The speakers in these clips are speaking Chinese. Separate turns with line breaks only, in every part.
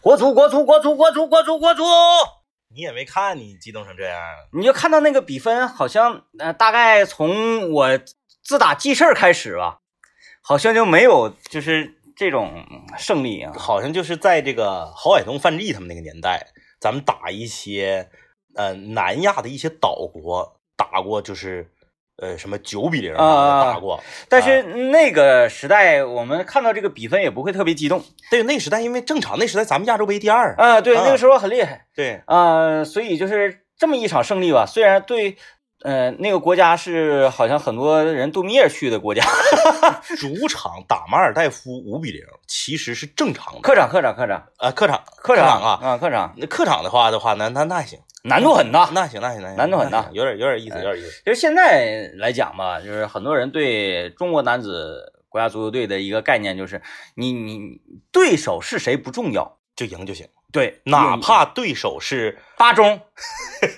国足，国足，国足，国足，国足，国足。
你也没看，你激动成这样。啊
你就看到那个比分，好像呃，大概从我自打记事儿开始吧，好像就没有就是这种胜利啊。
好像就是在这个郝海东、范志毅他们那个年代，咱们打一些呃南亚的一些岛国，打过就是呃什么九比零
啊
打过。
但是那个时代，我们看到这个比分也不会特别激动
对，那时代因为正常，那时代咱们亚洲杯第二。
啊、对，
啊
那个时候很厉害
对，
啊、所以就是这么一场胜利吧，虽然对。呃，那个国家是好像很多人度蜜月去的国家，
主场打马尔代夫五比零，其实是正常的。
客场，客场，客场，
啊，客场，
客
场
场
啊，
啊，客场，
那客场的话的话，那那那行，
难度很大，
那行那行那行，
难度很哎大
那行有点有点意思，有点意思。
其实现在来讲吧，就是很多人对中国男子国家足球队的一个概念就是，你你对手是谁不重要，
就赢就行，
对，
哪
你
怕对手是
八 中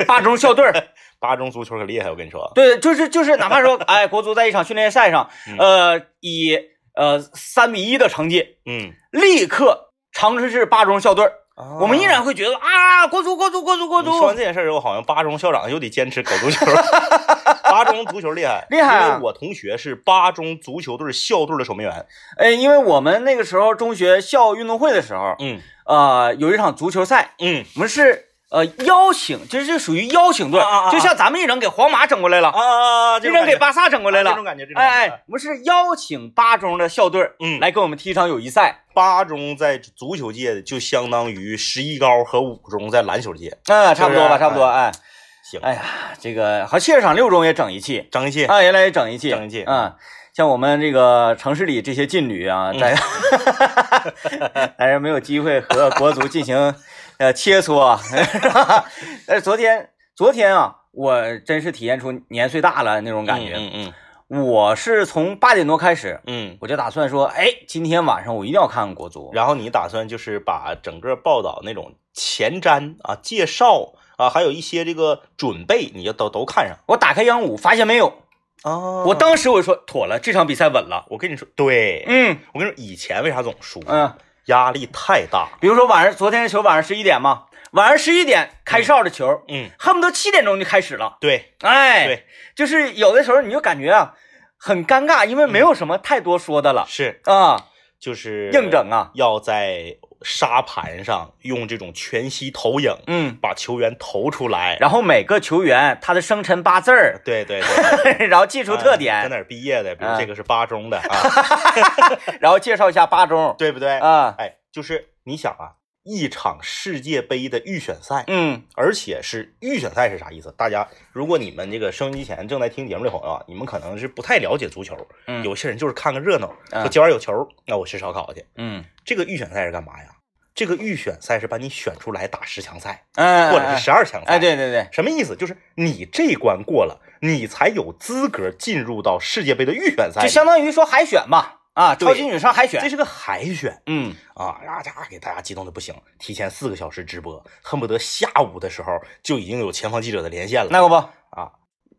八中校队儿，
巴中足球可厉害，我跟你 说，
对，就是就是，哪怕说哎，国足在一场训练赛上，呃，以呃三比一的成绩，
嗯，
立刻长春市八中校队儿，我们依然会觉得啊，国足国足国足国
你说完
足，
这件事儿，我好像八中校长又得坚持搞足球。 八中足球厉害，
厉害啊
因为我同学是八中足球队校队的守门员。
哎，因为我们那个时候中学校运动会的时候，
嗯
呃，有一场足球赛。
嗯
我们是呃邀请，就是这属于邀请队，
啊啊啊
就像咱们一整给皇马整过来了，
啊，
一
这
整
种
给
感觉啊
巴萨整过来了
这。种感觉，这种感觉
哎哎，，我们是邀请八中的校队，
嗯
来跟我们踢一场友谊赛。
八中在足球界就相当于十一高和五中在篮球界。
嗯、差不多吧，
是不
差
是
不多。哎，
行
哎呀，这个好，谢场六中也整一期，
张一汽，
啊，原来也整一期，
整一期
嗯。像我们这个城市里这些劲旅
嗯
啊， 在，但是没有机会和国足进行呃切磋。 但是昨天，昨天啊，我真是体验出年岁大了那种感觉。
嗯嗯
我是从八点多开始，
嗯嗯。
我就打算说，哎，今天晚上我一定要看看国足。
然后你打算就是把整个报道那种前瞻啊、介绍啊，还有一些这个准备，你就都都看上
我打开央五，发现没有，
啊
我当时我就说妥了，这场比赛稳了。
我跟你说，对，
嗯
我跟你说，以前为啥总输？
嗯、
压力太大。
比如说晚上昨天的球晚上十一点嘛，晚上十一点开哨的球，
嗯，
恨不得七点钟就开始了。
对，
哎，
对，
就是有的时候你就感觉啊很尴尬，因为没有什么太多说的了、
是
啊，
就是
硬整啊，
要在沙盘上用这种全息投影
嗯。
把球员投出来。
然后每个球员他的生辰八字儿，
对对对，
然后技术特点，
啊在哪儿毕业的？比如
啊
这个是八中的 啊，
然后介绍一下八中
对不对？
啊，
哎，就是你想啊，一场世界杯的预选赛，
嗯
而且是预选赛是啥意思？大家，如果你们这个收音机前正在听节目的朋友啊，你们可能是不太了解足球，
嗯
有些人就是看个热闹，
嗯
说今晚有球，那我吃烧烤去。
嗯
这个预选赛是干嘛呀？这个预选赛是把你选出来打十强赛，
嗯，
或者是十二强赛。
哎，，对对对，
什么意思？就是你这关过了，你才有资格进入到世界杯的预选
就
赛里。
相当于说海选吧，啊，
对
超级女声海
这
选，
是个海选
嗯，
啊！那家伙给大家激动的不行，提前四个小时直播，恨不得下午的时候就已经有前方记者的连线了。
那可不，
啊，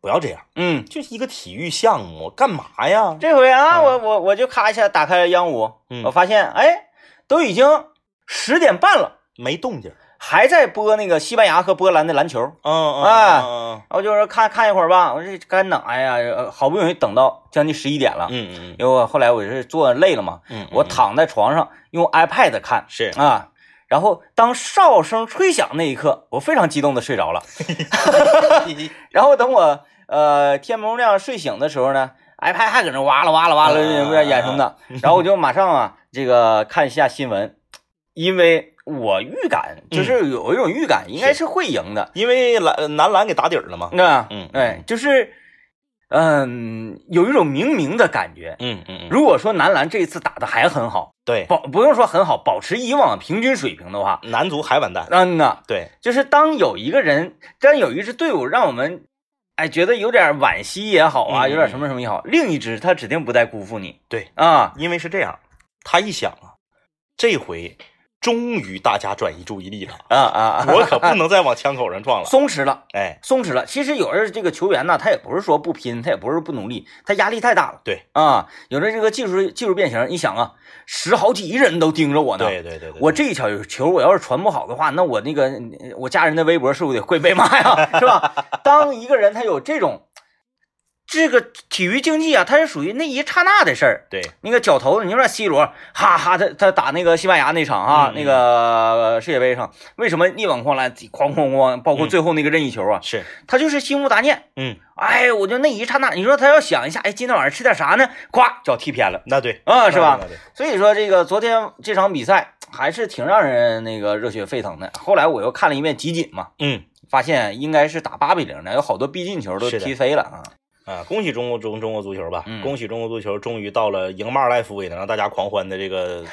不要这样。
嗯，
就是一个体育项目，干嘛呀？
这回啊，
嗯
我我我就咔一下打开央五，
嗯
我发现哎，都已经十点半了，
没动静。
还在播那个西班牙和波兰的篮球，然
嗯嗯
后就说看看一会儿吧，我这干等，哎呀，呃好不容易等到将近十一点了，
嗯嗯
因为我后来我是坐累了嘛，
嗯
我躺在床上用 iPad 看，
是
啊。然后当哨声吹响那一刻，我非常激动的睡着了。然后等我呃天蒙亮睡醒的时候呢，iPad 还搁那哇啦哇啦哇啦
啊
点眼什么的，然后我就马上啊这个看一下新闻，因为我预感
嗯
就是有一种预感，应该是会赢的。
因为篮男篮给打底儿了嘛。
那
嗯
哎，就是嗯有一种明明的感觉。
嗯嗯嗯，
如果说男篮这一次打的还很好，
对，
保不用说很好，保持以往平均水平的话，
男足还完蛋。
嗯呐，
对，
就是当有一个人，当有一支队伍让我们，哎，觉得有点惋惜也好啊，
嗯
有点什么什么也好，另一支他指定不再辜负你。
对
啊，
因为是这样，他一想啊，这回终于大家转移注意 力了，
啊啊啊！
我可不能再往枪口上撞了。
松弛了，
哎，
松弛了。其实有的这个球员呢，他也不是说不拼，他也不是不努力，他压力太大了。
对
啊，有的这个技术技术变形，你想啊，十好几亿人都盯着我呢。
对对对对，
我这一球球我要是传不好的话，那我那个呃我家人的微博是不是得会被骂呀？ 是吧？当一个人他有这种这个体育竞技啊，它是属于那一刹那的事儿。
对
那个脚头，你说 C 罗，哈哈，他他打那个西班牙那场啊，
嗯嗯
那个世界杯上，为什么力挽狂澜，哐哐哐，包
嗯
括最后那个任意球啊，
是，
他就是心无杂念。
嗯，
哎，我就那一刹那，你说他要想一下，哎，今天晚上吃点啥呢？咵，脚踢偏了。
那对，
啊，是吧
那？对？
所以说这个昨天这场比赛还是挺让人那个热血沸腾的。后来我又看了一遍集锦嘛，
那对嗯
发现应该是打八比零的，有好多逼近球都
是的
踢飞了啊。
啊，恭喜中国中中国足球吧！
嗯
恭喜中国足球终于到了赢马尔代夫也能让大家狂欢的 这个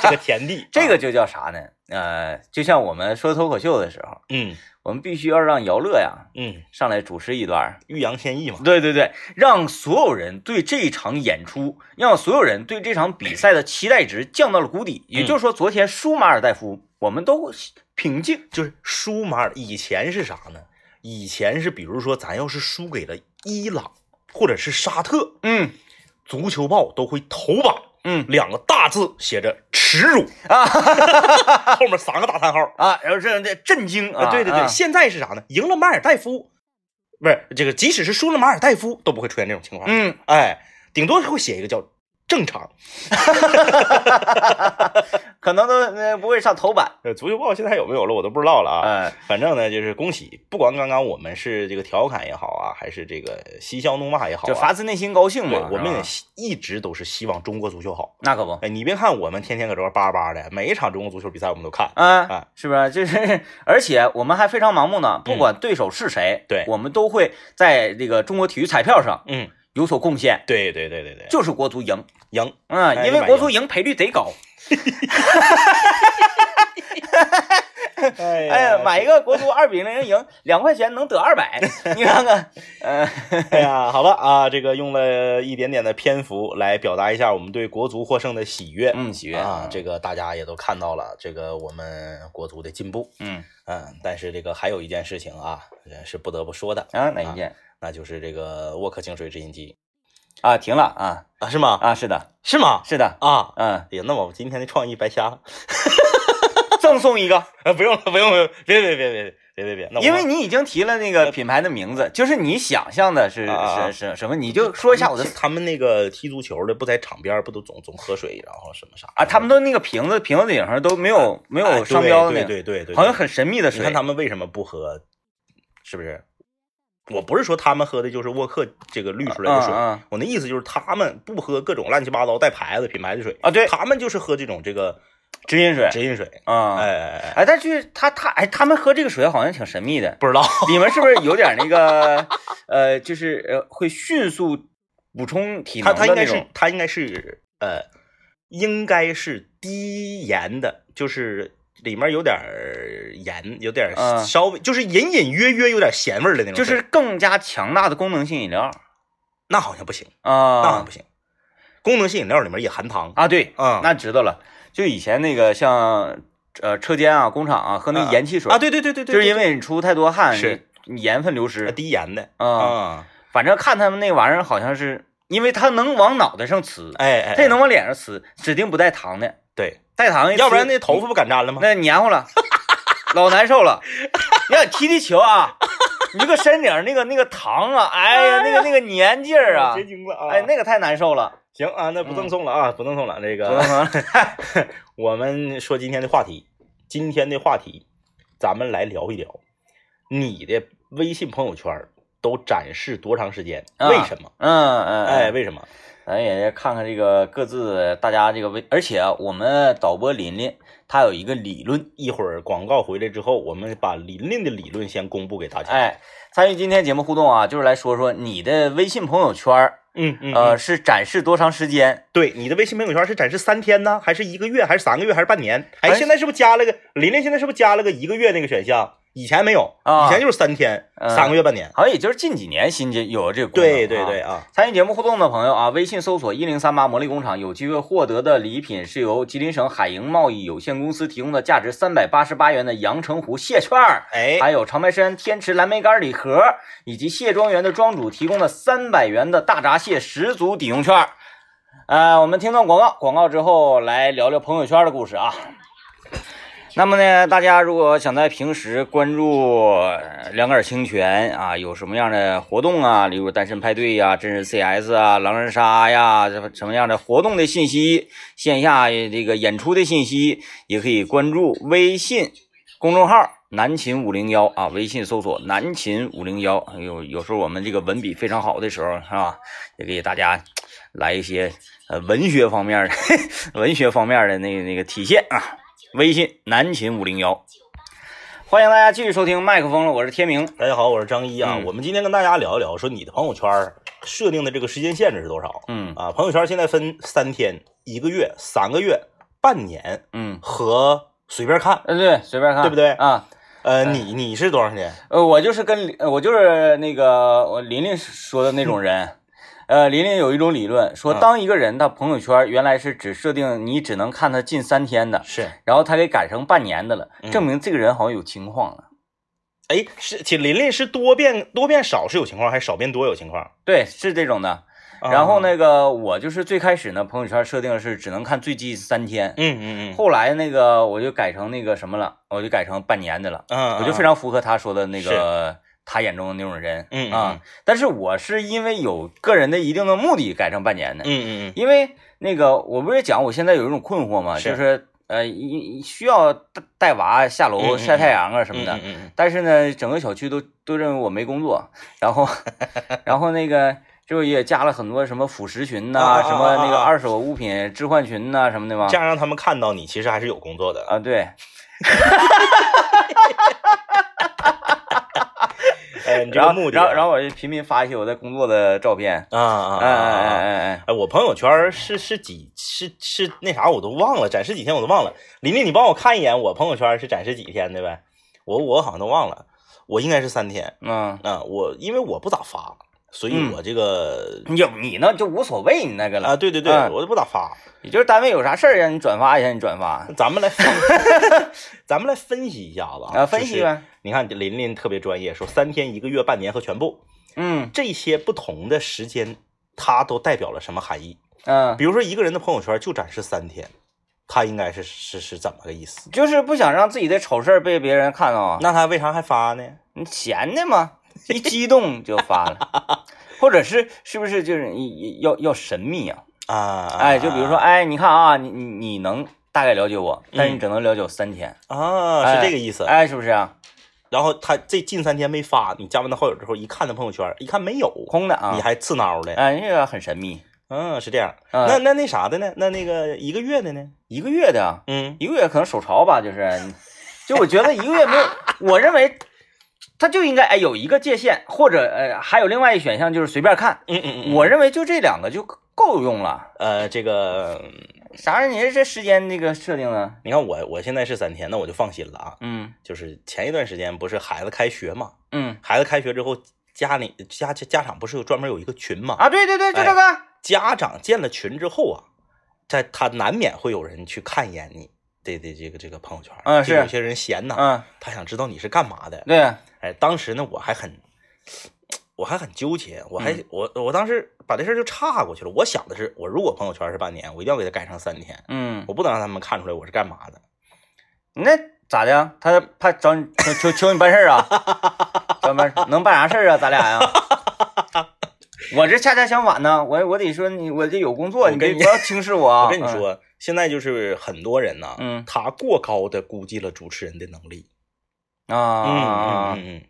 这个田地。
这
啊
个就叫啥呢？呃，就像我们说脱口秀的时候，
嗯
我们必须要让姚乐呀
嗯，
上来主持一段儿。
欲扬先抑嘛。
对对对，让所有人对这场演出，让所有人对这场比赛的期待值降到了谷底。也就是说，昨天输马尔代夫，我们都平静。
就是输马尔以前是啥呢？以前是比如说咱要是输给了伊朗或者是沙特，
嗯
足球报都会头版
嗯
两个大字写着耻辱
啊，
后面三个大叹号。
啊，然后这这震惊啊！
啊，对对对，
啊
现在是啥呢？赢了马尔代夫，不是这个，即使是输了马尔代夫，都不会出现这种情况。
嗯，
哎，顶多会写一个叫正常。
可能都呃不会上头版。
呃，足球报现在有没有了，我都不知道了啊。
哎，
反正呢，就是恭喜，不管刚刚我们是这个调侃也好啊，还是这个嬉笑怒骂也好
就
啊，
发自内心高兴
对，
嘛。
我们
是
也
吧
希一直都是希望中国足球好。
那可不，
哎，你别看我们天天搁这块叭叭的，每一场中国足球比赛我们都看。
啊
哎，
是不是？就是，而且我们还非常盲目呢，不管对手是谁，
对
我们都会在这个中国体育彩票上
嗯，
有所贡献，
对对对对对，
就是国足赢。
赢
嗯，因
哎你
为
买
国足赢赔率贼高。
哎
哎呀，买一个国足二比零赢，两块钱能得二 百，你看看，呃，
哎呀，好吧啊，这个用了一点点的篇幅来表达一下我们对国足获胜的喜悦。
嗯，喜悦
啊，这个大家也都看到了，这个我们国足的进步，
嗯
嗯，但是这个还有一件事情啊，呃是不得不说的，
啊，哪一件
那就是这个沃克清水直饮机
啊？停了啊
啊，是吗？
啊，是的，
是吗？
是的，
啊，
嗯，
哎呀，那我们今天的创意白瞎了，
赠送一个。
啊不用了，不用，不用，别别别别别别别别，那我
因为你已经提了那个品牌的名字，就是你想象的是
啊啊啊
是是什么，你就说一下我的
他们那个踢足球的不在场边儿不都总总喝水，然后什么啥
啊，他们
都
都那个瓶子瓶子顶上都没有没有商标那
啊哎对
个，
对对对，对
好像很哎神秘的
你
水
看。他们为什么不喝？是不是？我不是说他们喝的就是沃克这个滤出来的水，
嗯嗯
我那意思就是他们不喝各种乱七八糟带牌子品牌的水
啊对
他们就是喝这种这个
直饮水
直饮水。
啊，
哎哎哎，
哎，但是他他哎，他们喝这个水好像挺神秘的，
不知道，
里面是不是有点那个 呃，就是呃会迅速补充体
他
能
他
的
应该
那
是
种？
他应该是呃，应该是低盐的，就是里面有点儿盐，有点
嗯
儿稍微、就是隐隐约约有点咸味儿的那种
就
水。
是更加强大的功能性饮料
那好像不行，那好像
啊
不行。功能性饮料里面也含糖，
啊，对，
嗯，
那知道了。就以前那个像呃车间啊、工厂啊喝那
啊
个盐汽水
啊，对对对对对，
就是因
为
为你出太多汗，
是
你你盐分流失
低盐的
啊、
啊，
反正看他们那玩意儿，好像是因为它能往脑袋上呲，
哎哎，
它也能往脸上呲，指定不带糖的，
对，
带糖一呲
要不然那头发不敢粘了吗？
那黏糊了，老难受了。你想踢踢球啊，你这个身顶那个那个糖啊，哎呀，那个那个粘劲儿啊
结，晶了啊！
哎，那个太难受 了。嗯
行啊，那不赠送了啊，不赠送了。这
不能
个，
说
我们说今天的话题，今天的话题，咱们来聊一聊你的微信朋友圈都展示多长时间？
啊
为什么？
嗯嗯，
哎，，为什么？
咱也看看这个各自大家这个微，而且啊，我们导播琳琳她有一个理论，
一会儿广告回来之后，我们把琳琳的理论先公布给大家。
哎，参与今天节目互动啊，就是来说说你的微信朋友圈儿，
嗯嗯，
呃，
嗯
是展示多长时间？
对，你的微信朋友圈是展示三天呢，还是一个月，还是三个月，还是半年？
哎
哎，现在是不是加了个琳琳？现在是不是加了个一个月那个选项？以前没有，
啊
以前就是三天，
嗯
三个月半年。
好像也就是近几年新进有这个功能、啊。
对对对。啊，
参与节目互动的朋友啊，微信搜索“一零三八魔力工厂”，有机会获得的礼品是由吉林省海盈贸易有限公司提供的价值三百八十八元的阳澄湖蟹券儿，
哎，
还有长白山天池蓝莓干礼盒，以及蟹庄园的庄主提供的三百元的大闸蟹十足抵用券儿。呃，我们听段广告，广告之后来聊聊朋友圈的故事啊。那么呢，大家如果想在平时关注呃两杆清泉啊，有什么样的活动啊，例如单身派对呀、真人 CS 啊、狼人杀呀，什么什么样的活动的信息，线下呃这个演出的信息，也可以关注微信公众号“南秦五零幺”啊，微信搜索“南秦五零幺”。有有时候我们这个文笔非常好的时候，是吧？也给大家来一些呃文学方面的 文学方面的那个那个体现啊。微信南秦五零幺，欢迎大家继续收听麦克风了，我是天明。
大家好，我是张一啊。
嗯
我们今天跟大家聊一聊，说你的朋友圈儿设定的这个时间限制是多少？
嗯
啊，朋友圈现在分三天、一个月、三个月、半年
嗯，
和随便看。
呃对，随便看，
对不对
啊？
呃，你你是多长时间？
呃，我就是跟呃我就是那个我琳琳说的那种人。呃，琳琳有一种理论说，
嗯
当一个人的朋友圈原来是只设定你只能看他近三天的，
是，
然后他给改成半年的了，
嗯
证明这个人好像有情况了。
哎，是，且琳琳是多变多变少是有情况，还是少变多有情况？
对，是这种的。
啊
然后？那个我就是最开始呢，朋友圈设定是只能看最近三天，
嗯嗯嗯，
后来那个我就改成那个什么了，我就改成半年的了。
嗯，
我就非
常
常符合他说的那个他眼中的那种人，
嗯
啊，但是我是因为有个人的一定的目的改成半年的，
嗯嗯嗯
因为那个我不是讲我现在有一种困惑嘛，
是
就是呃一需要带带娃下
嗯
楼
嗯
晒太阳啊什么的，
嗯嗯
但是呢，整个小区都都认为我没工作，然 后然后那个。就也加了很多什么辅食群呐、
啊啊啊
什么那个
啊啊
二手物品置换群呐、什么的嘛
嗯，这。样让他们看到你其实还是有工作的。
啊，对，
哎，你这
然后
个目的，
然后然后我就频频发一些我在工作的照片，
啊啊
哎
啊
哎
啊！
哎哎，
哎，我朋友圈儿是是几是是那啥，我都忘了，展示几天我都忘了。琳琳，你帮我看一眼，我朋友圈儿是展示几天的呗？我我好像都忘了，我应该是三天。
嗯，
啊、我因为我不咋发，所以
嗯
我这个、
你有你那就无所谓你那个了，
啊，对对对，
嗯
我都不咋发。
也就是单位有啥事儿让你转发一下，你转发
咱们来 分，咱们来分析一下子
啊，分析。
就是
呗，
你看琳琳特别专业，说三天、一个月、半年和全部
嗯
这些不同的时间，它都代表了什么含义？
嗯，
比如说一个人的朋友圈就展示三天，他应该是是是怎么个意思？
就是不想让自己的丑事儿被别人看到啊，
那他为啥还发呢？
你闲的嘛，一激动就发了， 或者是是不是就是你要要神秘啊？
啊，
哎，就比如说，哎，你看啊，你你你能大概了解我，但是
嗯
你只能了解我三天，
啊，是这个意思。
哎，是不是啊？
然后他这近三天没发，你加完他好友之后一看他朋友圈，一看没有，
空的啊
你，还刺挠的。
哎，这个很神秘，
嗯，是这样。
嗯
那那那啥的呢？那那个一个月的呢？
一个月的啊。
嗯，
一个月可能手潮吧，就是，就我觉得一个月没有， 我认为他就应该哎有一个界限，或者呃还有另外一选项就是随便看，
嗯嗯嗯，
我认为就这两个就够用了。
呃，这个嗯
啥人你这时间那个设定呢？
你看我我现在是三天，那我就放心了啊。
嗯
就是前一段时间不是孩子开学嘛，
嗯
孩子开学之后，家里家家家长不是有专门有一个群嘛？
啊，对对对，就这个，
家长建了群之后啊，在他难免会有人去看一眼你的的这个这个朋友圈，
嗯
就是有些人闲呐，
嗯，
他想知道你是干嘛的。
对，
哎，当时呢，我还很，我还很纠结，我
嗯
还、我我当时把这事儿就岔过去了。我想的是，我如果朋友圈是半年，我一定要给它改成三天，
嗯，
我不能让他们看出来我是干嘛的。
那咋的呀？他怕找你求求求你办事儿 啊？找你办能办啥事儿啊？咱俩呀、我这恰恰相反呢，我我得说你，我这有工作，
我
你
跟
别
你
不要轻视我啊！
我跟你说，现在就是很多人呐，
嗯
他过高的估计了主持人的能力。
嗯啊，
嗯嗯嗯，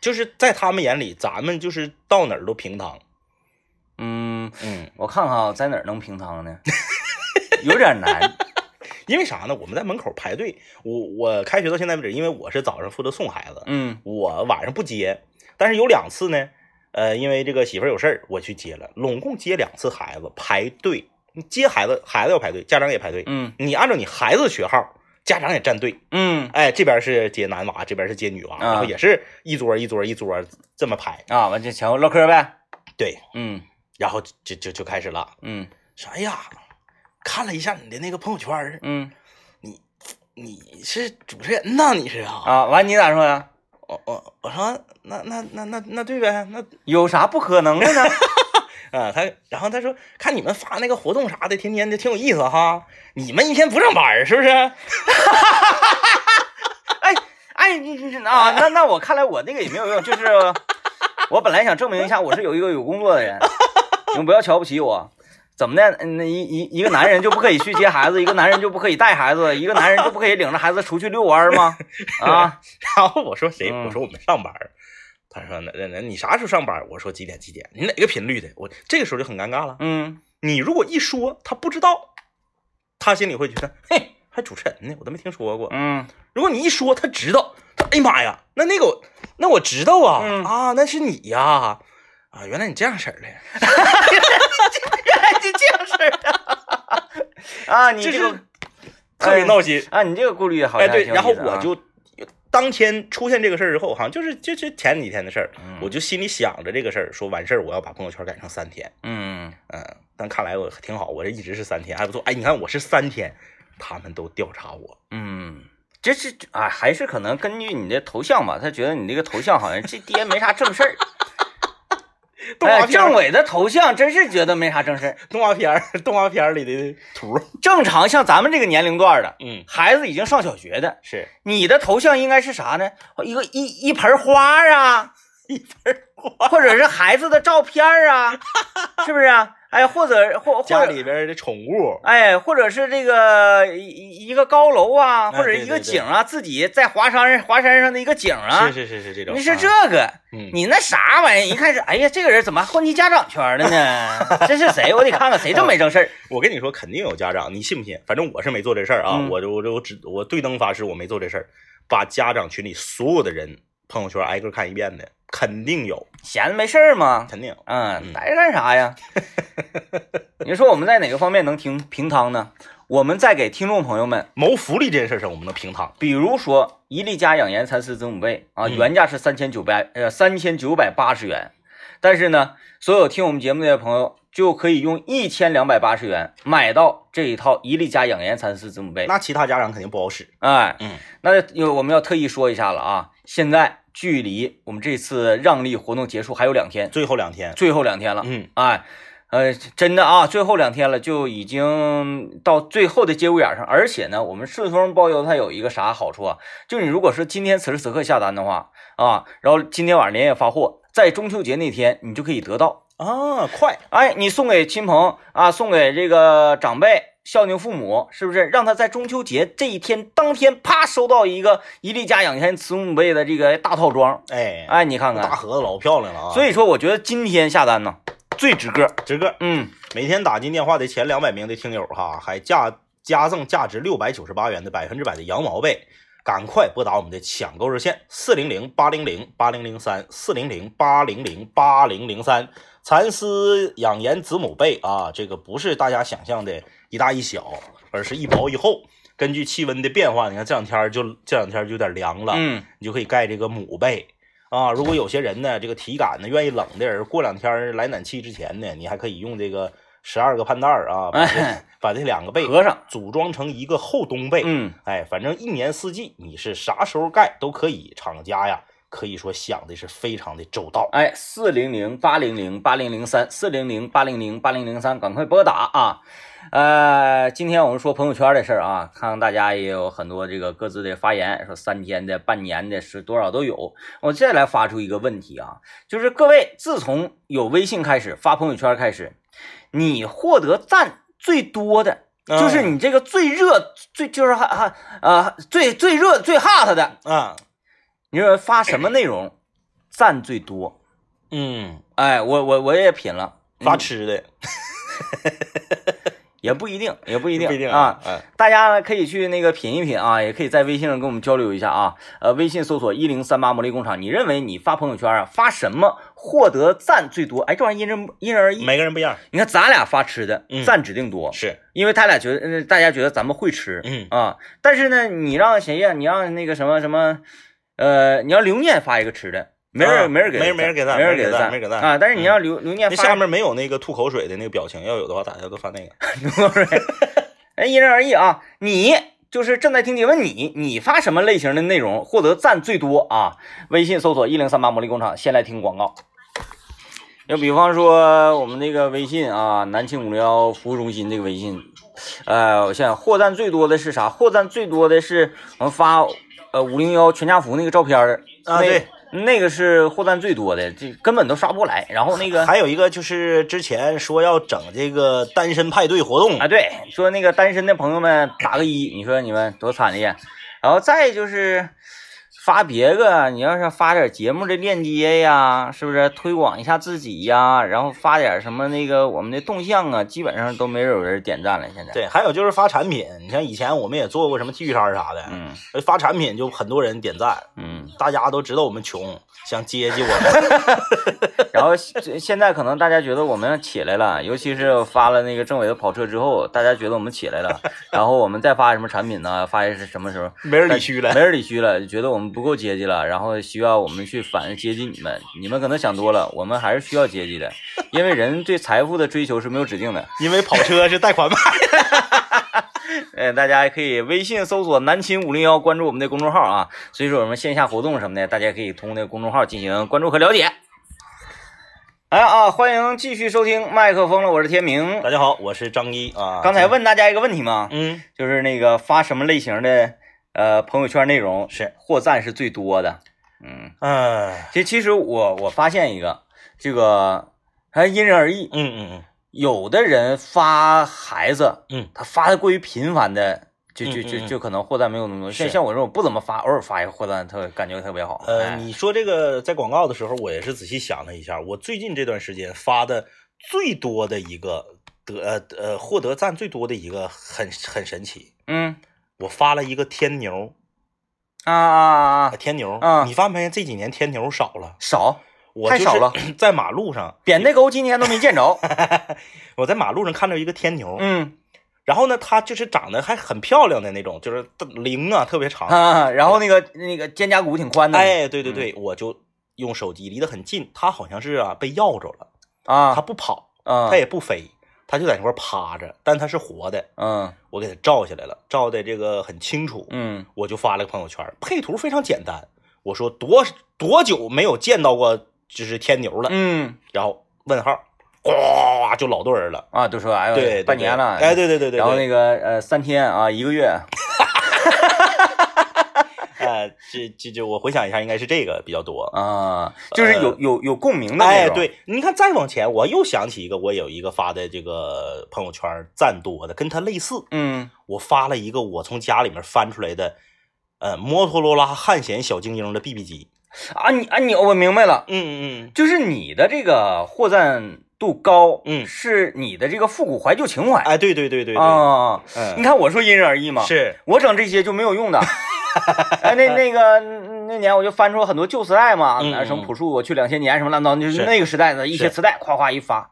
就是在他们眼里，咱们就是到哪儿都平躺。
嗯，
嗯，
我看看啊，在哪儿能平仓呢？ 有点难。
因为啥呢？我们在门口排队。我我开学到现在为止，因为我是早上负责送孩子，
嗯
我晚上不接，但是有两次呢，呃，因为这个媳妇儿有事儿，我去接了，拢共接两次孩子排队，你接孩子，孩子要排队，家长也排队，
嗯
你按照你孩子学号家长也站队，
嗯
哎，这边是接男娃，这边是接女娃，
啊
然后也是一桌一桌一桌这么排，
啊，完这前后唠嗑呗，
对，
嗯
然后就就就就开始了，
嗯
说哎呀，看了一下你的那个朋友圈儿，
嗯
你你是主持人呐，你是啊？
啊，完你咋说呀？
我我我说那那那那那对呗，那
有啥不可能的呢？
啊，他然后他说看你们发那个活动啥的，天天的挺有意思哈，你们一天不上班儿是 不是？
哎哎，你你啊， 那那我看来我那个也没有用，就是我本来想证明一下我是有一个有工作的人，你们不要瞧不起我。怎么的？嗯那一一一个男人就不可以去接孩子，一 个男人就不可以带孩子，一个男人就不可以领着孩子出去遛弯儿吗？啊，
然后我说谁？
嗯
我说我们上班儿。他说那那那你啥时候上班儿？我说几点几点？你哪个频率的？我这个时候就很尴尬了。
嗯
你如果一说他不知道，他心里会觉得嘿，还主持人呢，我都没听说过。
嗯
如果你一说他知道，他哎呀妈呀，那那个我那我知道啊、
嗯
啊，那是你呀啊原来你这样式儿的。
这这样式的啊，你
就
这
是
个
特别闹心。
啊，你这个顾虑好
哎，
像还
对，
挺有
然后
意思啊
我就当天出现这个事儿之后，好像就是就就前几天的事儿，
嗯
我就心里想着这个事儿，说完事儿我要把朋友圈改成三天。
嗯
嗯，但看来我挺好，我这一直是三天，还不错。哎，你看我是三天，他们都调查我。
嗯，这是啊，还是可能根据你的头像吧，他觉得你这个头像好像这爹没啥正事 儿。
动
哎
画片儿
政委的头像真是觉得没啥正事儿。
动画片儿，动画片儿里的图，
正常像咱们这个年龄段的
嗯，
孩子已经上小学的，
是
你的头像应该是啥呢？一个一一盆花 啊，
一盆花，
或者是孩子的照片啊，是不是啊？哎，或者或或者
家里边的宠物，
哎，或者是这个一一个高楼啊，
哎
或者
对
一个
对对
景啊，自己在华山华山上的一个景啊，
是是是是这种。
你是这
啊，
个，
嗯，
你那啥玩意儿？一看是，哎呀，这个人怎么还混进家长圈了呢？这是谁？我得看看谁这么没正事儿。
我跟你说，肯定有家长，你信不信？反正我是没做这事儿啊，
嗯
我就我就我只我对灯发誓，我没做这事儿。把家长群里所有的人朋友圈挨个看一遍的，肯定有，
闲着没事儿吗？
肯定有。
嗯，待着干啥 呀？你说我们在哪个方面能平平汤呢？我们在给听众朋友们，
谋福利这件事儿上，我们能平躺。
比如说一粒佳养颜蚕丝子母被啊，
嗯
原价是三千九百呃三千九百八十元，但是呢，所有听我们节目的朋友就可以用一千两百八十元买到这一套一粒佳养颜蚕丝子母被。
那其他家长肯定不好使。
哎，
嗯，
那有我们要特意说一下了啊！现在距离我们这次让利活动结束还有两天，
最后两天，
最后两天了。
嗯，
哎，呃，真的啊，最后两天了，就已经到最后的节骨眼上。而且呢，我们顺丰包邮它有一个啥好处啊？就你如果是今天此时此刻下单的话啊，然后今天晚上连夜发货，在中秋节那天你就可以得到。
啊，快，
哎，你送给亲朋啊，送给这个长辈、孝敬父母，是不是让他在中秋节这一天当天啪收到一个一粒佳养颜慈母被的这个大套装？
哎，
哎，你看
大
看，
盒子老漂亮了啊！
所
以
以说我觉得今天下单呢最值个儿。
直哥
嗯，
每天打进电话的前两百名的听友哈，还价加赠价值六百九十八元的百分之百的羊毛被，赶快拨打我们的抢购热线四零零八零零八零零三四零零八零零八零零三。蚕丝养颜子母被啊，这个不是大家想象的一大一小，而是一薄一厚。根据气温的变化，你看这两天儿就这两天儿就有点凉了，
嗯，
你就可以盖这个母被啊。如果有些人呢，这个体感呢愿意冷的人，过两天儿来暖气之前呢，你还可以用这个十二个盘袋儿啊，把这、
哎
把这两个被
合上。
组装成一个厚冬被。
嗯，
哎，反正一年四季你是啥时候盖都可以，厂家呀可以说想的是非常的周到。
哎，四零零八零零八零零三，四零零八零零八零零三，赶快拨打啊！呃，今天我们说朋友圈的事儿啊，看看大家也有很多这个各自的发言，说三天的、半年的，是多少都有。我再来发出一个问题啊，就是各位自从有微信开始发朋友圈开始，你获得赞最多的，哎
嗯
就是你这个最热、最就是哈哈啊最最热、最 hot 的，
啊，
你认为发什么内容赞最多？
嗯，
哎，我我我也品了，
发
嗯
吃的，
也不一定，也不一定，
不一定
啊。，
嗯，
大家呢可以去那个品一品啊，也可以在微信上跟我们交流一下啊。呃，微信搜索一零三八魔力工厂，你认为你发朋友圈啊发什么获得赞最多？哎，这玩意儿因人因人而异。
每个人不一样，
你看咱俩发吃的
嗯
赞指定多，
是，
因为他俩觉得呃大家觉得咱们会吃，
嗯
啊，但是呢，你让谁呀？你让那个什么什么，呃，你要刘念发一个吃的，没人、
啊
没人给
没
他
人没人给
赞，
赞
没人
没
给
人给
他
赞没人给赞嗯
啊！但是你让刘刘念
那
发
下面没有那个吐口水的那个表情，要有的话大家都发那个。
刘若瑞，哎， 因人而异啊。你就是正在听节目，你你发什么类型的内容获得赞最多啊？微信搜索一零三八魔力工厂，先来听广告。就比方说我们这个微信啊，南庆五零幺服务中心这个微信，呃，我想想获赞最多的是啥？获赞最多的是我们发呃五零幺全家福那个照片儿
啊
那
对，
那个是获赞最多的，这根本都刷不过来。然后那个
还有一个就是之前说要整这个单身派对活动
啊，，对，说那个单身的朋友们打个一，你说你们多惨烈。然后再就是发别个，你要是发点节目的链接呀，是不是推广一下自己呀？然后发点什么那个我们的动向啊，基本上都没有人点赞了。现在，
对，还有就是发产品，你像以前我们也做过什么 T 恤衫啥的，呃
嗯
发产品就很多人点赞，
嗯。
大家都知道我们穷，想接济我们。
然后现现在可能大家觉得我们起来了，尤其是发了那个政委的跑车之后，大家觉得我们起来了。然后我们再发什么产品呢？发是什么时候？
没人理虚 了
没人理虚了，觉得我们不够阶级了，然后需要我们去反接济你们。你们可能想多了，我们还是需要阶级的，因为人对财富的追求是没有止境的。
因为跑车是贷款买的。
呃，大家也可以微信搜索“南秦五零幺”，关注我们的公众号啊。所以说我们线下活动什么的，大家可以通过那个公众号进行关注和了解。哎啊，欢迎继续收听麦克风了，我是天明。
大家好，我是张一啊。
刚才，问大家一个问题嘛，
嗯，
就是那个发什么类型的呃朋友圈内容
是
获赞是最多的？嗯。
哎，
其实，其实我我发现一个，这个还因人而异。
嗯嗯嗯，
有的人发孩子，
嗯，
他发的过于频繁的，就就
嗯嗯
就
嗯
就可能获赞没有那么多。像
是
像我这种不怎么发，偶尔发一个获赞，特感觉特别好。
呃，
哎
你说这个在广告的时候，我也是仔细想了一下，我最近这段时间发的最多的一个得呃呃获得赞最多的一个很很神奇，
嗯
我发了一个天牛，
啊啊啊
啊，天牛，
啊
你发没发现这几年天牛少了？
少
我
太
就
少
是
了
在马路上，
扁担沟今天都没 见
哦
着。
我在马路上看到一个天牛，
嗯
然后呢，它就是长得还很漂亮的那种，就是翎啊特别长，
啊，嗯然后那个那个肩胛骨挺宽的。
哎，对对对，我就用手机离得很近，它好像是啊被要着了，它
啊
不跑，
啊
它也不飞，它就在那块儿趴着，但它是活的，
嗯
我给它照下来了，照的这个很清楚，
嗯
我就发了个朋友圈，配图非常简单，我说多多久没有见到过就是天牛了，
嗯
然后问号，呱就老多人了。
啊，都说哎呦
对，对
半年了。
对哎，对对对对，
然后那
个，
个呃，三天啊，一个月，
哎，这这这，我回想一下，应该是这个比较多。
啊，就是有、
呃
有有共鸣的那
哎，
种。，
对，你看再往前，我又想起一个，我有一个发的这个朋友圈赞多的，跟它类似，
嗯
我发了一个我从家里面翻出来的，呃，摩托罗拉汉显小精英的 BB 机。
啊，你啊你，我明白了，
嗯嗯
就是你的这个获赞度高，
嗯
是你的这个复古怀旧情怀
嗯，哎，对对对对对，
啊。你
嗯，
看我说因人而异嘛，
是，
我整这些就没有 用的。哎，那那个那年我就翻出很多旧磁带嘛，
嗯
啊什么
嗯
朴树，我去两千年什么乱糟，就是
是
那个时代的一些
是
磁带，夸夸一发，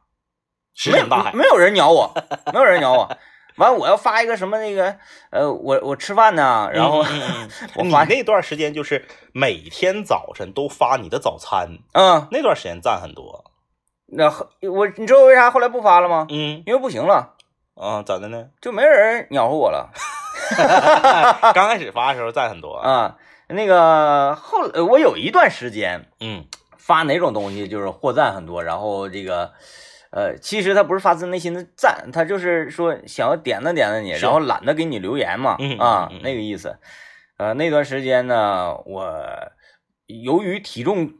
石沉大海。
没有人鸟我， 没有人鸟我。完，我要发一个什么那个，呃，我我吃饭呢，然后，
嗯嗯
我
嗯你
发
那段时间就是每天早晨都发你的早餐，
嗯，
那段时间赞很多。
那后我你知道我为啥后来不发了吗？
嗯
因为不行了，
啊，咋的呢？啊
就没人鸟和我了
刚开始发的时候赞很多，
啊。那个后来我有一段时间
嗯
发哪种东西就是获赞很多，然后这个呃，其实他不是发自内心的赞，他就是说想要点赞点赞你，
是
然后懒得给你留言嘛
嗯
啊
嗯嗯嗯
那个意思。呃，那段时间呢，我由于体重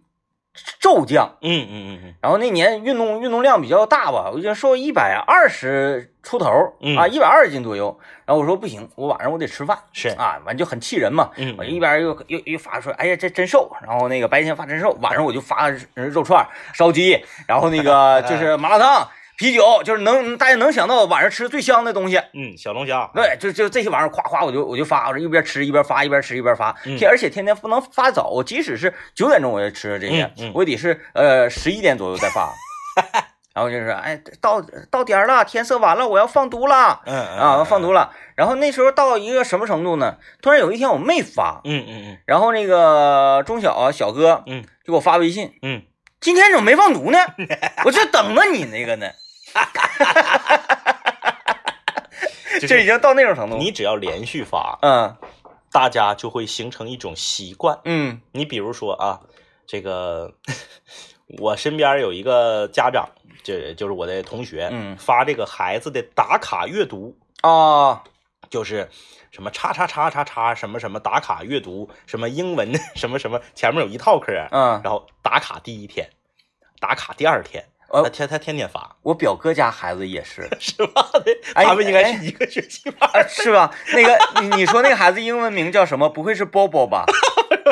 骤降，
嗯嗯嗯
然后那年运动运动量比较大吧，我就瘦一百二十出头儿
嗯
啊，一百二十斤左右。然后我说不行，我晚上我得吃饭
嗯，是，
啊，完就很气人嘛。
嗯
我一边又又又发说，哎呀，这真瘦。然后那 个白天发真瘦，晚上我就发呃肉串儿、烧鸡，然后那个就是麻辣烫、啤啤酒就是能大家能想到晚上吃最香的东西。
嗯，小龙虾，
对，就就这些玩意儿，夸夸我就我就发，我这一边吃一边发，一边吃一边发，
嗯
天而且天天不能发早，我即使是九点钟我就吃这些，
嗯嗯
我也得是呃十一点左右再 发，然后就是哎到到点儿了，天色晚了，我要放毒了
嗯嗯
啊，放毒
了，
了。然后那时候到一个什么程度呢？突然有一天我没发，
嗯嗯
然后那个中小啊小哥
嗯嗯
就给我发微信，
嗯，
今天怎么没放毒呢？我这等着你那个 呢，
就
这已
是
经到那种程度了，
你只要连续发，
嗯
大家就会形成一种习惯。
嗯
你比如说啊，这个我身边有一个家长，这就是我的同学，
嗯
发这个孩子的打卡阅读，
哦
就是什么叉叉叉叉叉什么什么打卡阅读，什么英文 什么什么，前面有一套课，
嗯。
然后打卡第一天，打卡第二天，
哦
他天他天天发，
我表哥家孩子也是，
是吧？
哎
他们应该是一个学期吧？
啊是吧？那个你你说那个孩子英文名叫什么？不会是 Bobo 吧？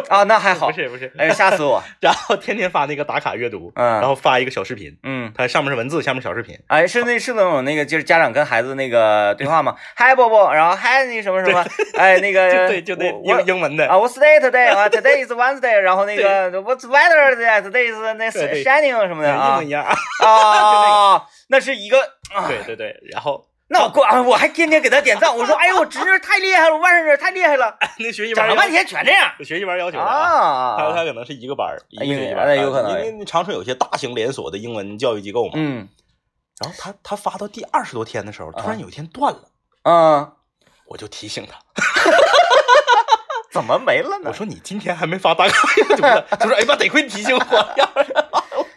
啊，那 还好
不，是不是，
哎，吓死我！
然后天天发那个打卡阅读，
嗯
然后发一个小视频，
嗯，
它上面是文字，下面小视频，
哎，是那是那种那个就是家长跟孩子那个对 话吗？嗨，Bobo，然后嗨那个什么什么，哎，那
就
个
对就那
我
英英文的，
啊，我 stay today 啊，today is Wednesday，然后那个 what's weather today？today is 那
对对
shining 什么的
一
啊
模一样。
啊，那是一个啊，
对对对，然后
那我过啊，我还天天给他点赞，我说哎呦，我侄女太厉害了，我外甥女太厉害了，
那学
整
习班
了
儿
半天全这样
要学习班儿要求的啊，他
啊
他，可能是一个班儿，一
哎
个
有
学习
可
班儿，啊
哎有可能
因为长春有些大型连锁的英文教育机构嘛，
嗯
然后他他发到第二十多天的时候，突
啊
然有一天断了，
啊，
我就提醒他，
怎么没了呢
我？说你今天还没发打卡阅读 呢，他说哎妈，得亏你提醒我 呀，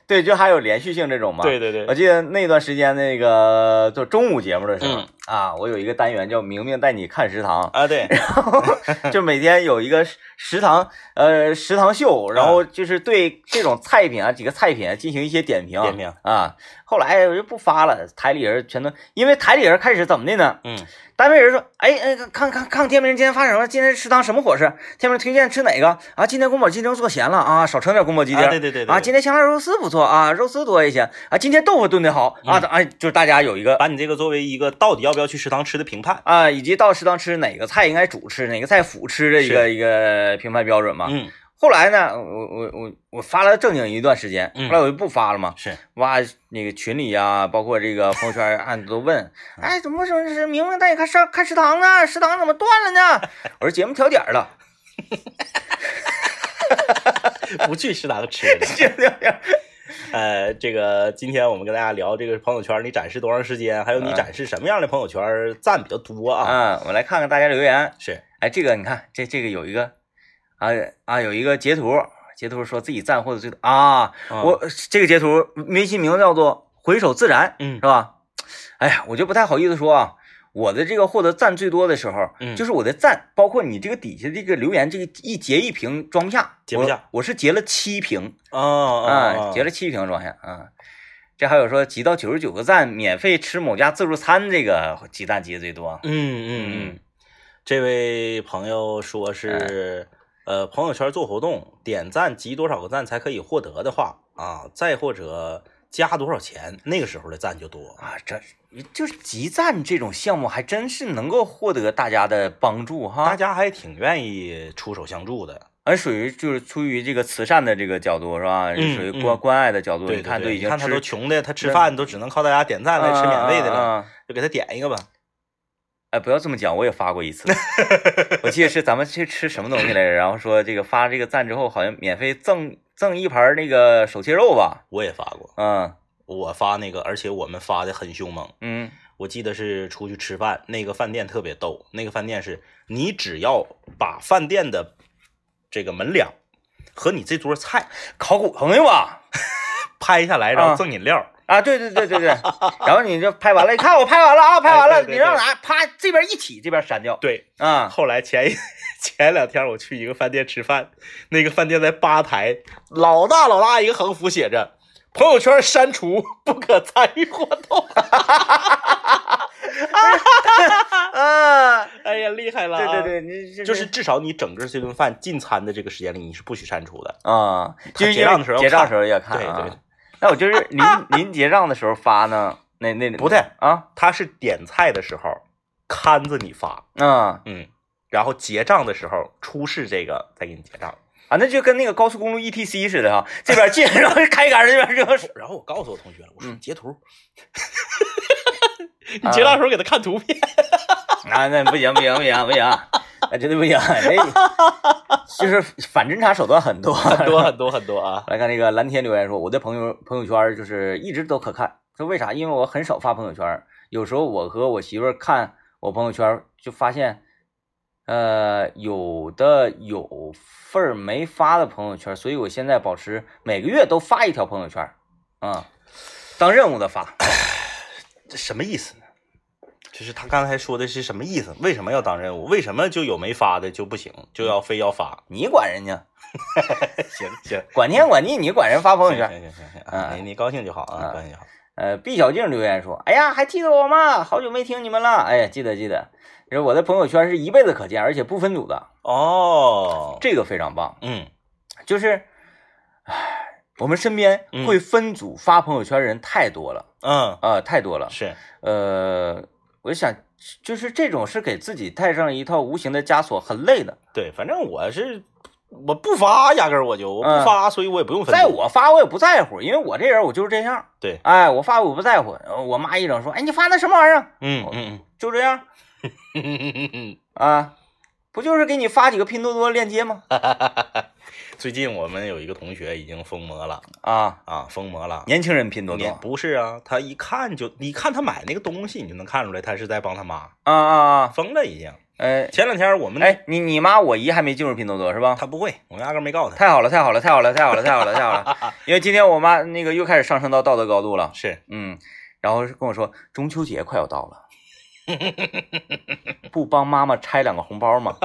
对，就还有连续性这种嘛。
对对对
我，记得那段时间那个就中午节目的时候、
嗯
啊，我有一个单元叫“明明带你看食堂
啊对，”，
就每天有一个食食堂呃食堂秀，然
嗯
后就是对这种菜品啊几个菜品、啊、进行一些点评
点评
啊。后来我就不发了，台里人全都因为台里人开始怎么的呢？
嗯
单位人说，哎哎，看看看天明今天发什么？今天食堂什么伙食？天明推荐吃哪个啊？今天宫保鸡丁做咸了啊，少盛点宫保鸡丁。
啊对对对对
啊，今天香辣肉丝不错啊，肉丝多一些啊，今天豆腐炖的好
嗯
啊，哎、就是大家有一个
把你这个作为一个到底要不要去食堂吃的评判，
啊，以及到食堂吃哪个菜应该主吃，哪个菜辅吃的一个一个评判标准嘛。
嗯
后来呢，我我我我发了正经一段时间，
嗯
后来我就不发了嘛。
是，
哇，那个群里啊，包括这个朋友圈啊，俺都问，哎，怎么说是明明带你看上看食堂呢？食堂怎么断了呢？ 我说节目调点儿了，
不去食堂 吃的。
节目调点儿
呃，这个今天我们跟大家聊这个朋友圈，你展示多长时间，还有你
嗯
展示什么样的朋友圈赞比较多啊？
啊，我们来看看大家留言。
是，
哎，这个你看，这这个有一个啊啊，有一个截图，截图说自己赞获得最多啊，
嗯
我这个截图微信名字叫做“回首自然”，
嗯
是吧？哎呀，我就不太好意思说啊。我的这个获得赞最多的时候，
嗯
就是我的赞，包括你这个底下这个留言，这个一截一屏装不下，
截不下
我。我是截了七屏
哦哦
啊，
哦
截了七屏装下啊。这还有说集到九十九个赞，免费吃某家自助餐，这个集赞集的最多。
嗯嗯嗯，这位朋友说是，
哎
呃，朋友圈做活动，点赞集多少个赞才可以获得的话啊，再或者加多少钱，那个时候的赞就多。
啊，这就是集赞这种项目，还真是能够获得大家的帮助
大
哈，
家还挺愿意出手相助的，
而属于就是出于这个慈善的这个角度是吧？
嗯
属于
嗯
关关爱的角度，
对
你
对
看
对，
已经
你看他
吃
都穷的，他吃饭都只能靠大家点赞来吃免费的
啊啊
了，
啊
就给他点一个吧。
哎，不要这么讲，我也发过一 次，我记得是咱们去吃什么东西来着，然后说这个发这个赞之后，好像免费赠赠一盘那个手切肉吧，
我也发过，
嗯
我发那个，而且我们发的很凶猛。
嗯
我记得是出去吃饭，那个饭店特别逗。那个饭店是你只要把饭店的这个门脸儿和你这桌菜
考古朋友啊
哎拍下来，然后赠饮料。
啊，对对对对 对，然后你就拍完了，你看我拍完了啊，拍完了，
哎对对
你让拿，啪这边一起，这边删掉
对，
啊，
后来前一前两天我去一个饭店吃饭，那个饭店在吧台老大老大一个横幅写着“朋友圈删除，不可参与活动
啊，”。
哎呀，厉害了、
对对对，你这
就是至少你整个这顿饭进餐的这个时间里，你是不许删除的。
啊，就是
结账的时候要
结账
看
时候也看
对
啊。
对
那我就是临临结账的时候发呢，那那
不对
啊
他是点菜的时候看着你发，
啊
嗯，然后结账的时候出示这个再给你结账。
啊，那就跟那个高速公路 E T C 似的哈，这边进， 然后开杆儿，这边就是
然后我告诉我同学了，我说
嗯
截 图，
啊
你结账的时候给他看图片，
啊，那不行不行不行不行，那真的不行，那 就是反侦查手段很多
很多很多很多啊。
来看这个蓝天留言说，我的朋友朋友圈就是一直都可看，说为啥？因为我很少发朋友圈，有时候我和我媳妇儿看我朋友圈，就发现，呃，有的有份儿没发的朋友圈，所以我现在保持每个月都发一条朋友圈，啊、当任务的发。
这什么意思呢？就是他刚才说的是什么意思？为什么要当任务？为什么就有没发的就不行，就要非要发？
你管人家，
嗯 行行
管天管地，你管人发朋友
行
圈。
行行行
啊
啊，你你高兴就好啊，
啊
高兴就好。
呃，毕小静留言说：“哎呀，还记得我吗？好久没听你们了。哎呀，记得记得。然后我的朋友圈是一辈子可见，而且不分组的，
哦，
这个非常棒。
嗯，
就是，唉，我们身边
嗯
会分组发朋友圈人太多了
嗯，
啊、呃太多了。
是，
呃，我就想，就是这种是给自己带上一套无形的枷锁，很累的。
对，反正我是我不发，压根儿我就我
嗯
不发，所以我也不用分组。
在我发我也不在乎，因为我这人我就是这样。
对
哎，我发我不在乎。呃我妈一整说，哎，你发那什么玩意儿？
嗯嗯
就这 样
嗯嗯嗯嗯。
啊，不就是给你发几个拼多多链接吗？
最近我们有一个同学已经疯魔了
啊，
啊，疯魔了。
年轻人拼多
你
多
不是啊，他一看就，你看他买那个东西，你就能看出来他是在帮他妈，
啊啊啊，
疯了已经。
哎
前两天我们，
哎，你你妈我姨还没进入拼多多是吧？
他不会，我压根儿没告诉他。
太好了，太好了，太好了，太好了，太好了，太好了！ 因为今天我妈那个又开始上升到道德高度了，
是，
嗯，然后跟我说中秋节快要到 了，不帮妈妈拆两个红包吗？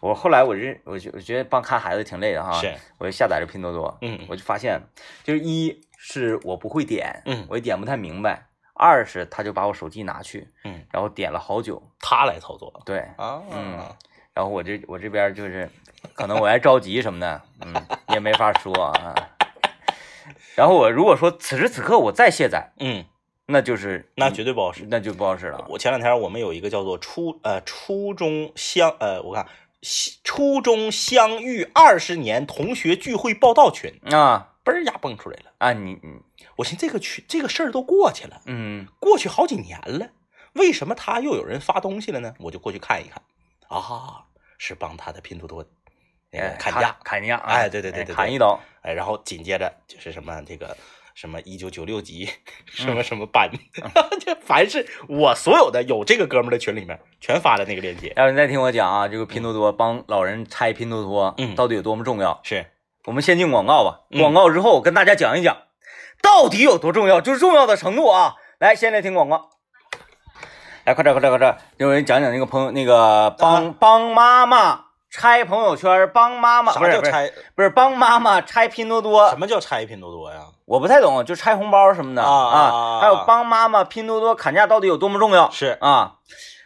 我后来我认，我觉我觉得帮看孩子挺累的哈，
是，
我就下载了拼多多，
嗯
啊我就发现，就是一是我不会点，
嗯
我也点不太明白；二是他就把我手机拿去，
嗯，
然后点了好久，
他来操作
对，
啊，
嗯，然后我这我这边就是，可能我还着急什么的，嗯，也没法说啊。然后我如果说此时此刻我再卸载，
嗯，
那就是
那绝对不好使。
那就不好使了。
我前两天我们有一个叫做初呃初中相呃，我看西初中相遇二十年同学聚会报道群，
啊
嘣儿一下蹦出来了。
啊，你你
我寻思这个群这个事儿都过去了，
嗯
过去好几年了，为什么他又有人发东西了呢？我就过去看一看，啊，是帮他的拼多多那个
哎
砍价，
砍价啊，
哎对对对对对
砍一刀
哎，然后紧接着就是什么这个什么一九九六级什么什么班， 这凡是我所有的有这个哥们儿的群里面全发了那个链接，
要是你再听我讲啊，这个拼多多帮老人拆拼多多，
嗯
到底有多么重要？
是
我们先进广告吧，
嗯
广告之后我跟大家讲一讲，到底有多重要，就是重要的程度啊。来，先来听广告。来，快点，快点，快点！有人讲讲那个朋友，那个帮、
啊
帮妈妈拆朋友圈，帮妈妈
啥
不是
叫
不是
拆？
不是帮妈妈拆拼多
什
多，
么叫拆拼多多呀？
我不太懂，啊就拆红包什么的
啊啊啊啊
还有帮妈妈拼多多砍价到底有多么重要
是，
啊？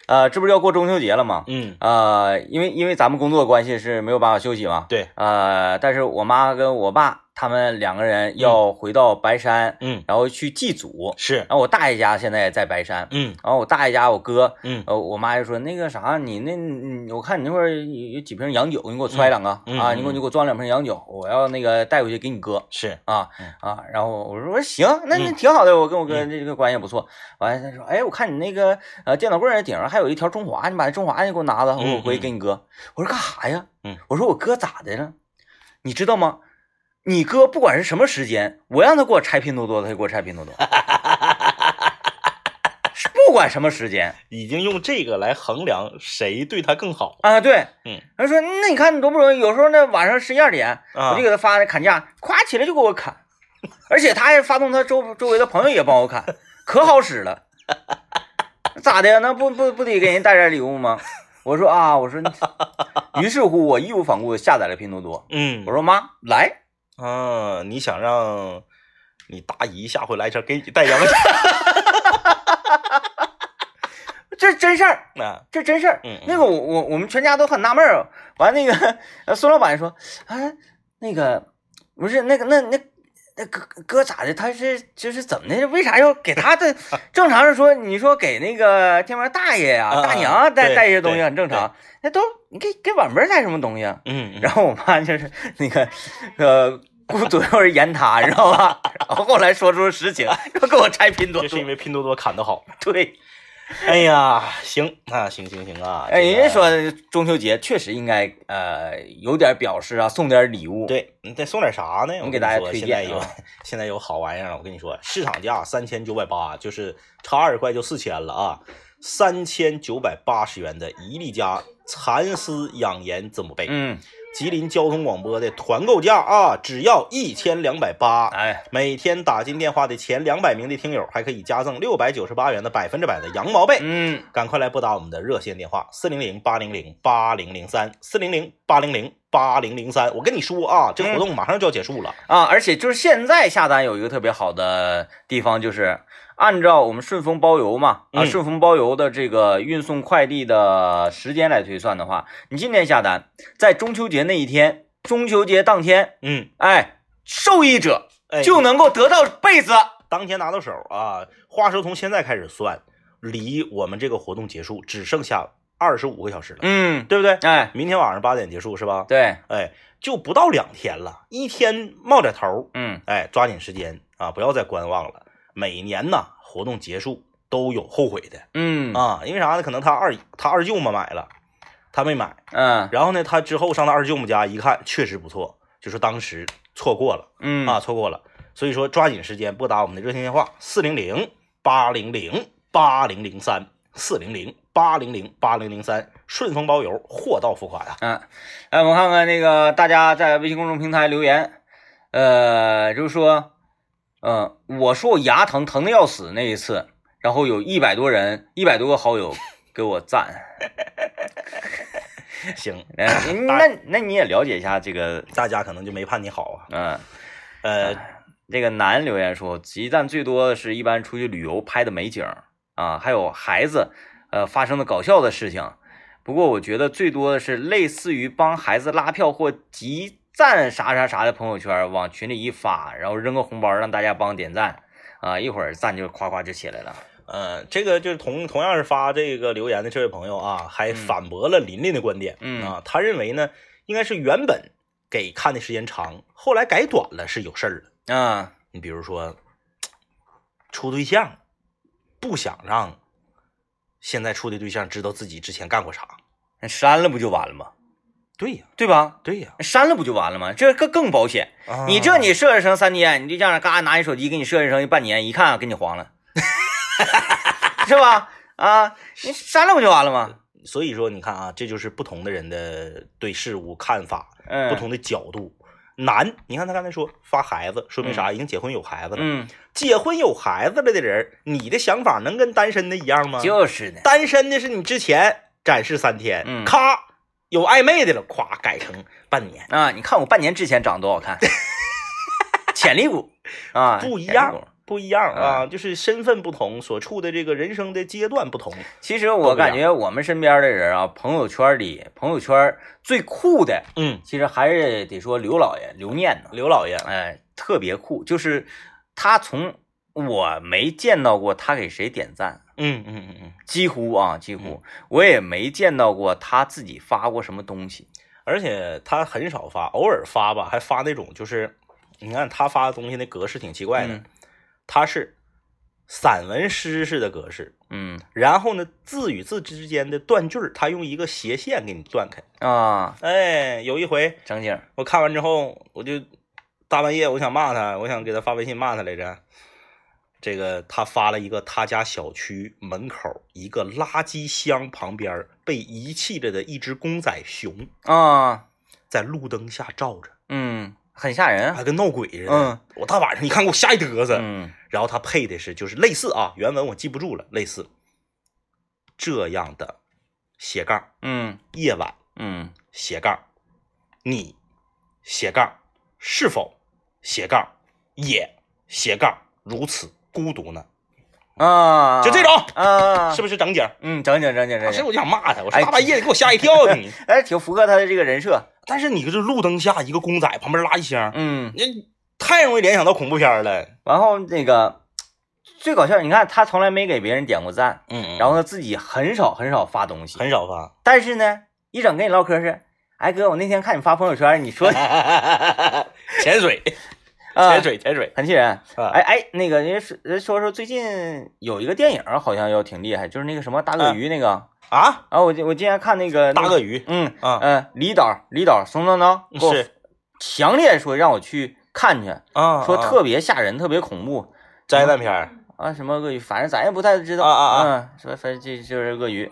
呃，这不是要过中秋节了吗？
嗯，
呃，因为因为咱们工作关系是没有办法休息嘛，
对，
呃，但是我妈跟我爸他们两个人要回到白山，
嗯，
然后去祭祖。
是
然，后我大爷家现在也在白山，
嗯
然后我大爷家我哥，
嗯
呃，我妈就说那个啥，你那你我看你那会儿有有几瓶洋酒，你给我揣两个、
嗯嗯
啊，
嗯
你给我你给我装两瓶洋酒，我要那个带回去给你哥。
是，
啊
嗯
啊，然后我说我说行，那那
嗯
挺好的，我跟我哥
嗯
这个关系也不错。完了他说，哎，我看你那个呃电脑棍儿顶上还有一条中华，你把那中华你给我拿了，
嗯
我回去给你哥。我说干啥呀？
嗯，
我说我哥咋的了？你知道吗？你哥不管是什么时间，我让他给我拆拼多多，他就给我拆拼多 多，是不管什么时间
已经用这个来衡量谁对他更好
啊，对，
嗯，
他说那你看你多不容易，有时候那晚上十一二点，
啊
我就给他发砍价，夸起来就给我砍，而且他还发动他周周围的朋友也帮我砍，可好使了。 咋的呀？那不不不得给人带点礼物吗？我说啊，我说， 于是乎我义无反顾地下载了拼多多。
嗯
我说妈，来，
啊，你想让你大姨下回来前给你带洋酒，
这是真事儿，
那
这真事儿。
嗯嗯
那个我我我们全家都很纳闷儿。啊完那个呃孙老板说，哎，那个不是那个那那那哥哥咋的？他是就是怎么的？为啥要给他 的？正常是说，你说给那个天王大爷呀、
啊
大娘啊带
对
带一些东西很正常。那都你给给晚辈儿带什么东西啊？
嗯，嗯
然后我妈就是那个呃，顾左右而言他，你知道吧？ 然后后来说出实情，又给我拆拼多
这是因
多。
为拼多多砍得好。
对，
哎呀，行，那行行行啊，
哎，
这
人
个
家说中秋节确实应该呃有点表示啊，送点礼物。，
对，你再送点啥呢？
我
我
给大家
跟
推
你说
荐
现在有
啊
现在有好玩意儿了。我跟你说，市场价三千九百八，就是差二十块就四千了啊，三千九百八十元的伊利家蚕丝养颜字母被，
嗯，
吉林交通广播的团购价啊，只要一千两百八。
哎，
每天打进电话的前两百名的听友还可以加赠六百九十八元的百分之百的羊毛被。
嗯，
赶快来拨打我们的热线电话四零零八零零八零零三四零零八零零八零零三。我跟你说啊，
嗯
这个活动马上就要结束了。
啊，而且就是现在下单有一个特别好的地方，就是按照我们顺丰包邮嘛，啊，
嗯
顺丰包邮的这个运送快递的时间来推算的话，你今天下单，在中秋节那一天，中秋节当天，
嗯，
哎，受益者
哎，
就能够得到被子。
当天拿到手啊。话说从现在开始算，离我们这个活动结束只剩下二十五个小时了，
嗯，
对不对？
哎，
明天晚上八点结束是吧？
对，
哎，就不到两天了，一天冒点头儿，
嗯，
哎，抓紧时间啊，不要再观望了。每年呐，活动结束都有后悔的。
嗯，
啊，因为啥呢？可能他二他二舅妈买了，他没买。
嗯，
然后呢，他之后上他二舅母家一看，确实不错，就是当时错过了
嗯，
啊，错过了。所以说抓紧时间拨打我们的热线电话四零零八零零八零零三四零零八零零八零零三，顺丰包邮，货到付款啊。
嗯，哎，我们看看那个大家在微信公众平台留言，呃，就是说，嗯、我说我牙疼，疼的要死那一次，然后有一百多人，一百多个好友给我赞，
行，
哎那那你也了解一下这个，
大家可能就没盼你好啊。
嗯、
呃，
这个男留言说，集赞最多的是一般出去旅游拍的美景儿啊，还有孩子呃发生的搞笑的事情。不过我觉得最多的是类似于帮孩子拉票或集赞啥啥啥的朋友圈儿往群里一发，然后扔个红包让大家帮点赞啊，一会儿赞就夸夸就起来了。
呃，这个就是同同样是发这个留言的这位朋友啊，还反驳了琳琳的观点。
嗯
啊，他认为呢，应该是原本给看的时间长，后来改短了是有事儿了。
啊，
你比如说，处对象，不想让现在处的对象知道自己之前干过啥。
删了不就完了吗？
对呀、
对吧？
对呀、
删了不就完了吗？这更更保险。
啊
你这你设置成三天，你就这样嘎拿你手机给你设置成一半年，一看给你黄 了，是吧？啊，你删了不就完了吗？
所以说你看啊，这就是不同的人的对事物看法，
嗯，
不同的角度。难，你看他刚才说发孩子，说明啥？已经结婚有孩子了。
嗯，
结婚有孩子了的人，你的想法能跟单身的一样吗？
就是的，
单身的是你之前展示三天，
嗯
咔有暧昧的了，咵改成半年，
啊，你看我半年之前长多好 看，潜力股啊，
不一
潜力股
样，不一样啊，就是身份不同，所处的这个人生的阶段不同。
其实我感
都不一
觉我们身边的人啊，朋友圈里朋友圈最酷的，
嗯，
其实还是得说刘老爷刘念呢。
刘老爷，
哎，特别酷，就是他从我没见到过他给谁点赞，
嗯嗯嗯嗯，
几乎啊，几乎我也没见到过他自己发过什么东西。
而且他很少发，偶尔发吧，还发那种就是，你看他发的东西那格式挺奇怪的，
嗯
他是散文诗式的格式，
嗯
然后呢，字与字之间的断句儿，他用一个斜线给你断开。
啊，
哎，有一回
正经
我看完之后，我就大半夜我想骂他，我想给他发微信骂他来着。这个他发了一个他家小区门口一个垃圾箱旁边儿被遗弃了的一只公仔熊，
啊，
在路灯下照着，
嗯，很吓人啊。
还跟闹鬼似的。
嗯
我大晚上一看给我吓一嘚瑟。
嗯
然后他配的是就是类似啊，原文我记不住了，类似这样的斜杠
嗯
夜晚
嗯
斜杠你斜杠是否斜杠也斜杠如此孤独呢？
啊，
就这种
啊，不
是啊
是？
不是整景儿？
嗯，正经正经
当
正
时
经，
我就想骂他，我
哎
说大半夜的给我吓一跳 啊你！
哎，挺符合他的这个人设。
但是你这路灯下一个公仔旁边垃圾箱，
嗯
那太容易联想到恐怖片儿了。
然后那个最搞笑，你看他从来没给别人点过赞，
嗯嗯
然后他自己很少很少发东西，
很少发。
但是呢，一整跟你唠嗑是，哎哥，我那天看你发朋友圈，你 说
哎潜 水，
啊
潜水，潜水。
很气人。
啊
哎哎，那个人说人说说最近有一个电影好像要挺厉害，就是那个什么大鳄鱼那个。
啊，
然后我今我今天看那个
大鳄
鱼，
鱼
嗯
啊嗯
嗯，李导李导怂叨叨给我
是
强烈说让我去看去，
啊，
说
啊
特别吓人，特别恐怖
灾难片儿，
啊什么鳄鱼，反正咱也不太知道
啊啊
嗯，说反正这就是鳄鱼，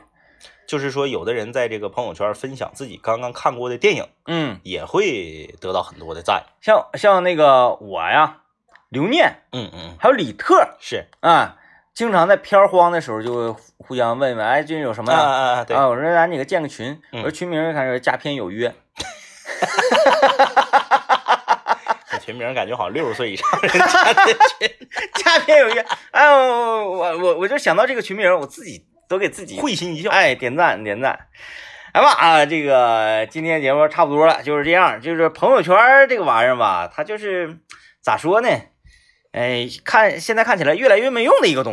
就是说有的人在这个朋友圈分享自己刚刚看过的电影，
嗯，
也会得到很多的赞。
像像那个我呀，刘念
嗯嗯，
还有李特
是
啊，经常在片儿荒的时候就互互相问问，哎，最近有什么
啊
呀？
啊啊，对，
啊，我说咱几个建个群，
嗯
我说群名儿看是佳片有约，
这群名感觉好像六十岁以上人
佳片有约，哎呦，我我我我就想到这个群名儿，我自己都给自己
会心一笑。
哎，点赞点赞。哎妈啊，这个今天节目差不多了，就是这样。就是朋友圈儿这个玩意儿吧，它就是咋说呢？哎，看现在看起来越来越没用的一个东西。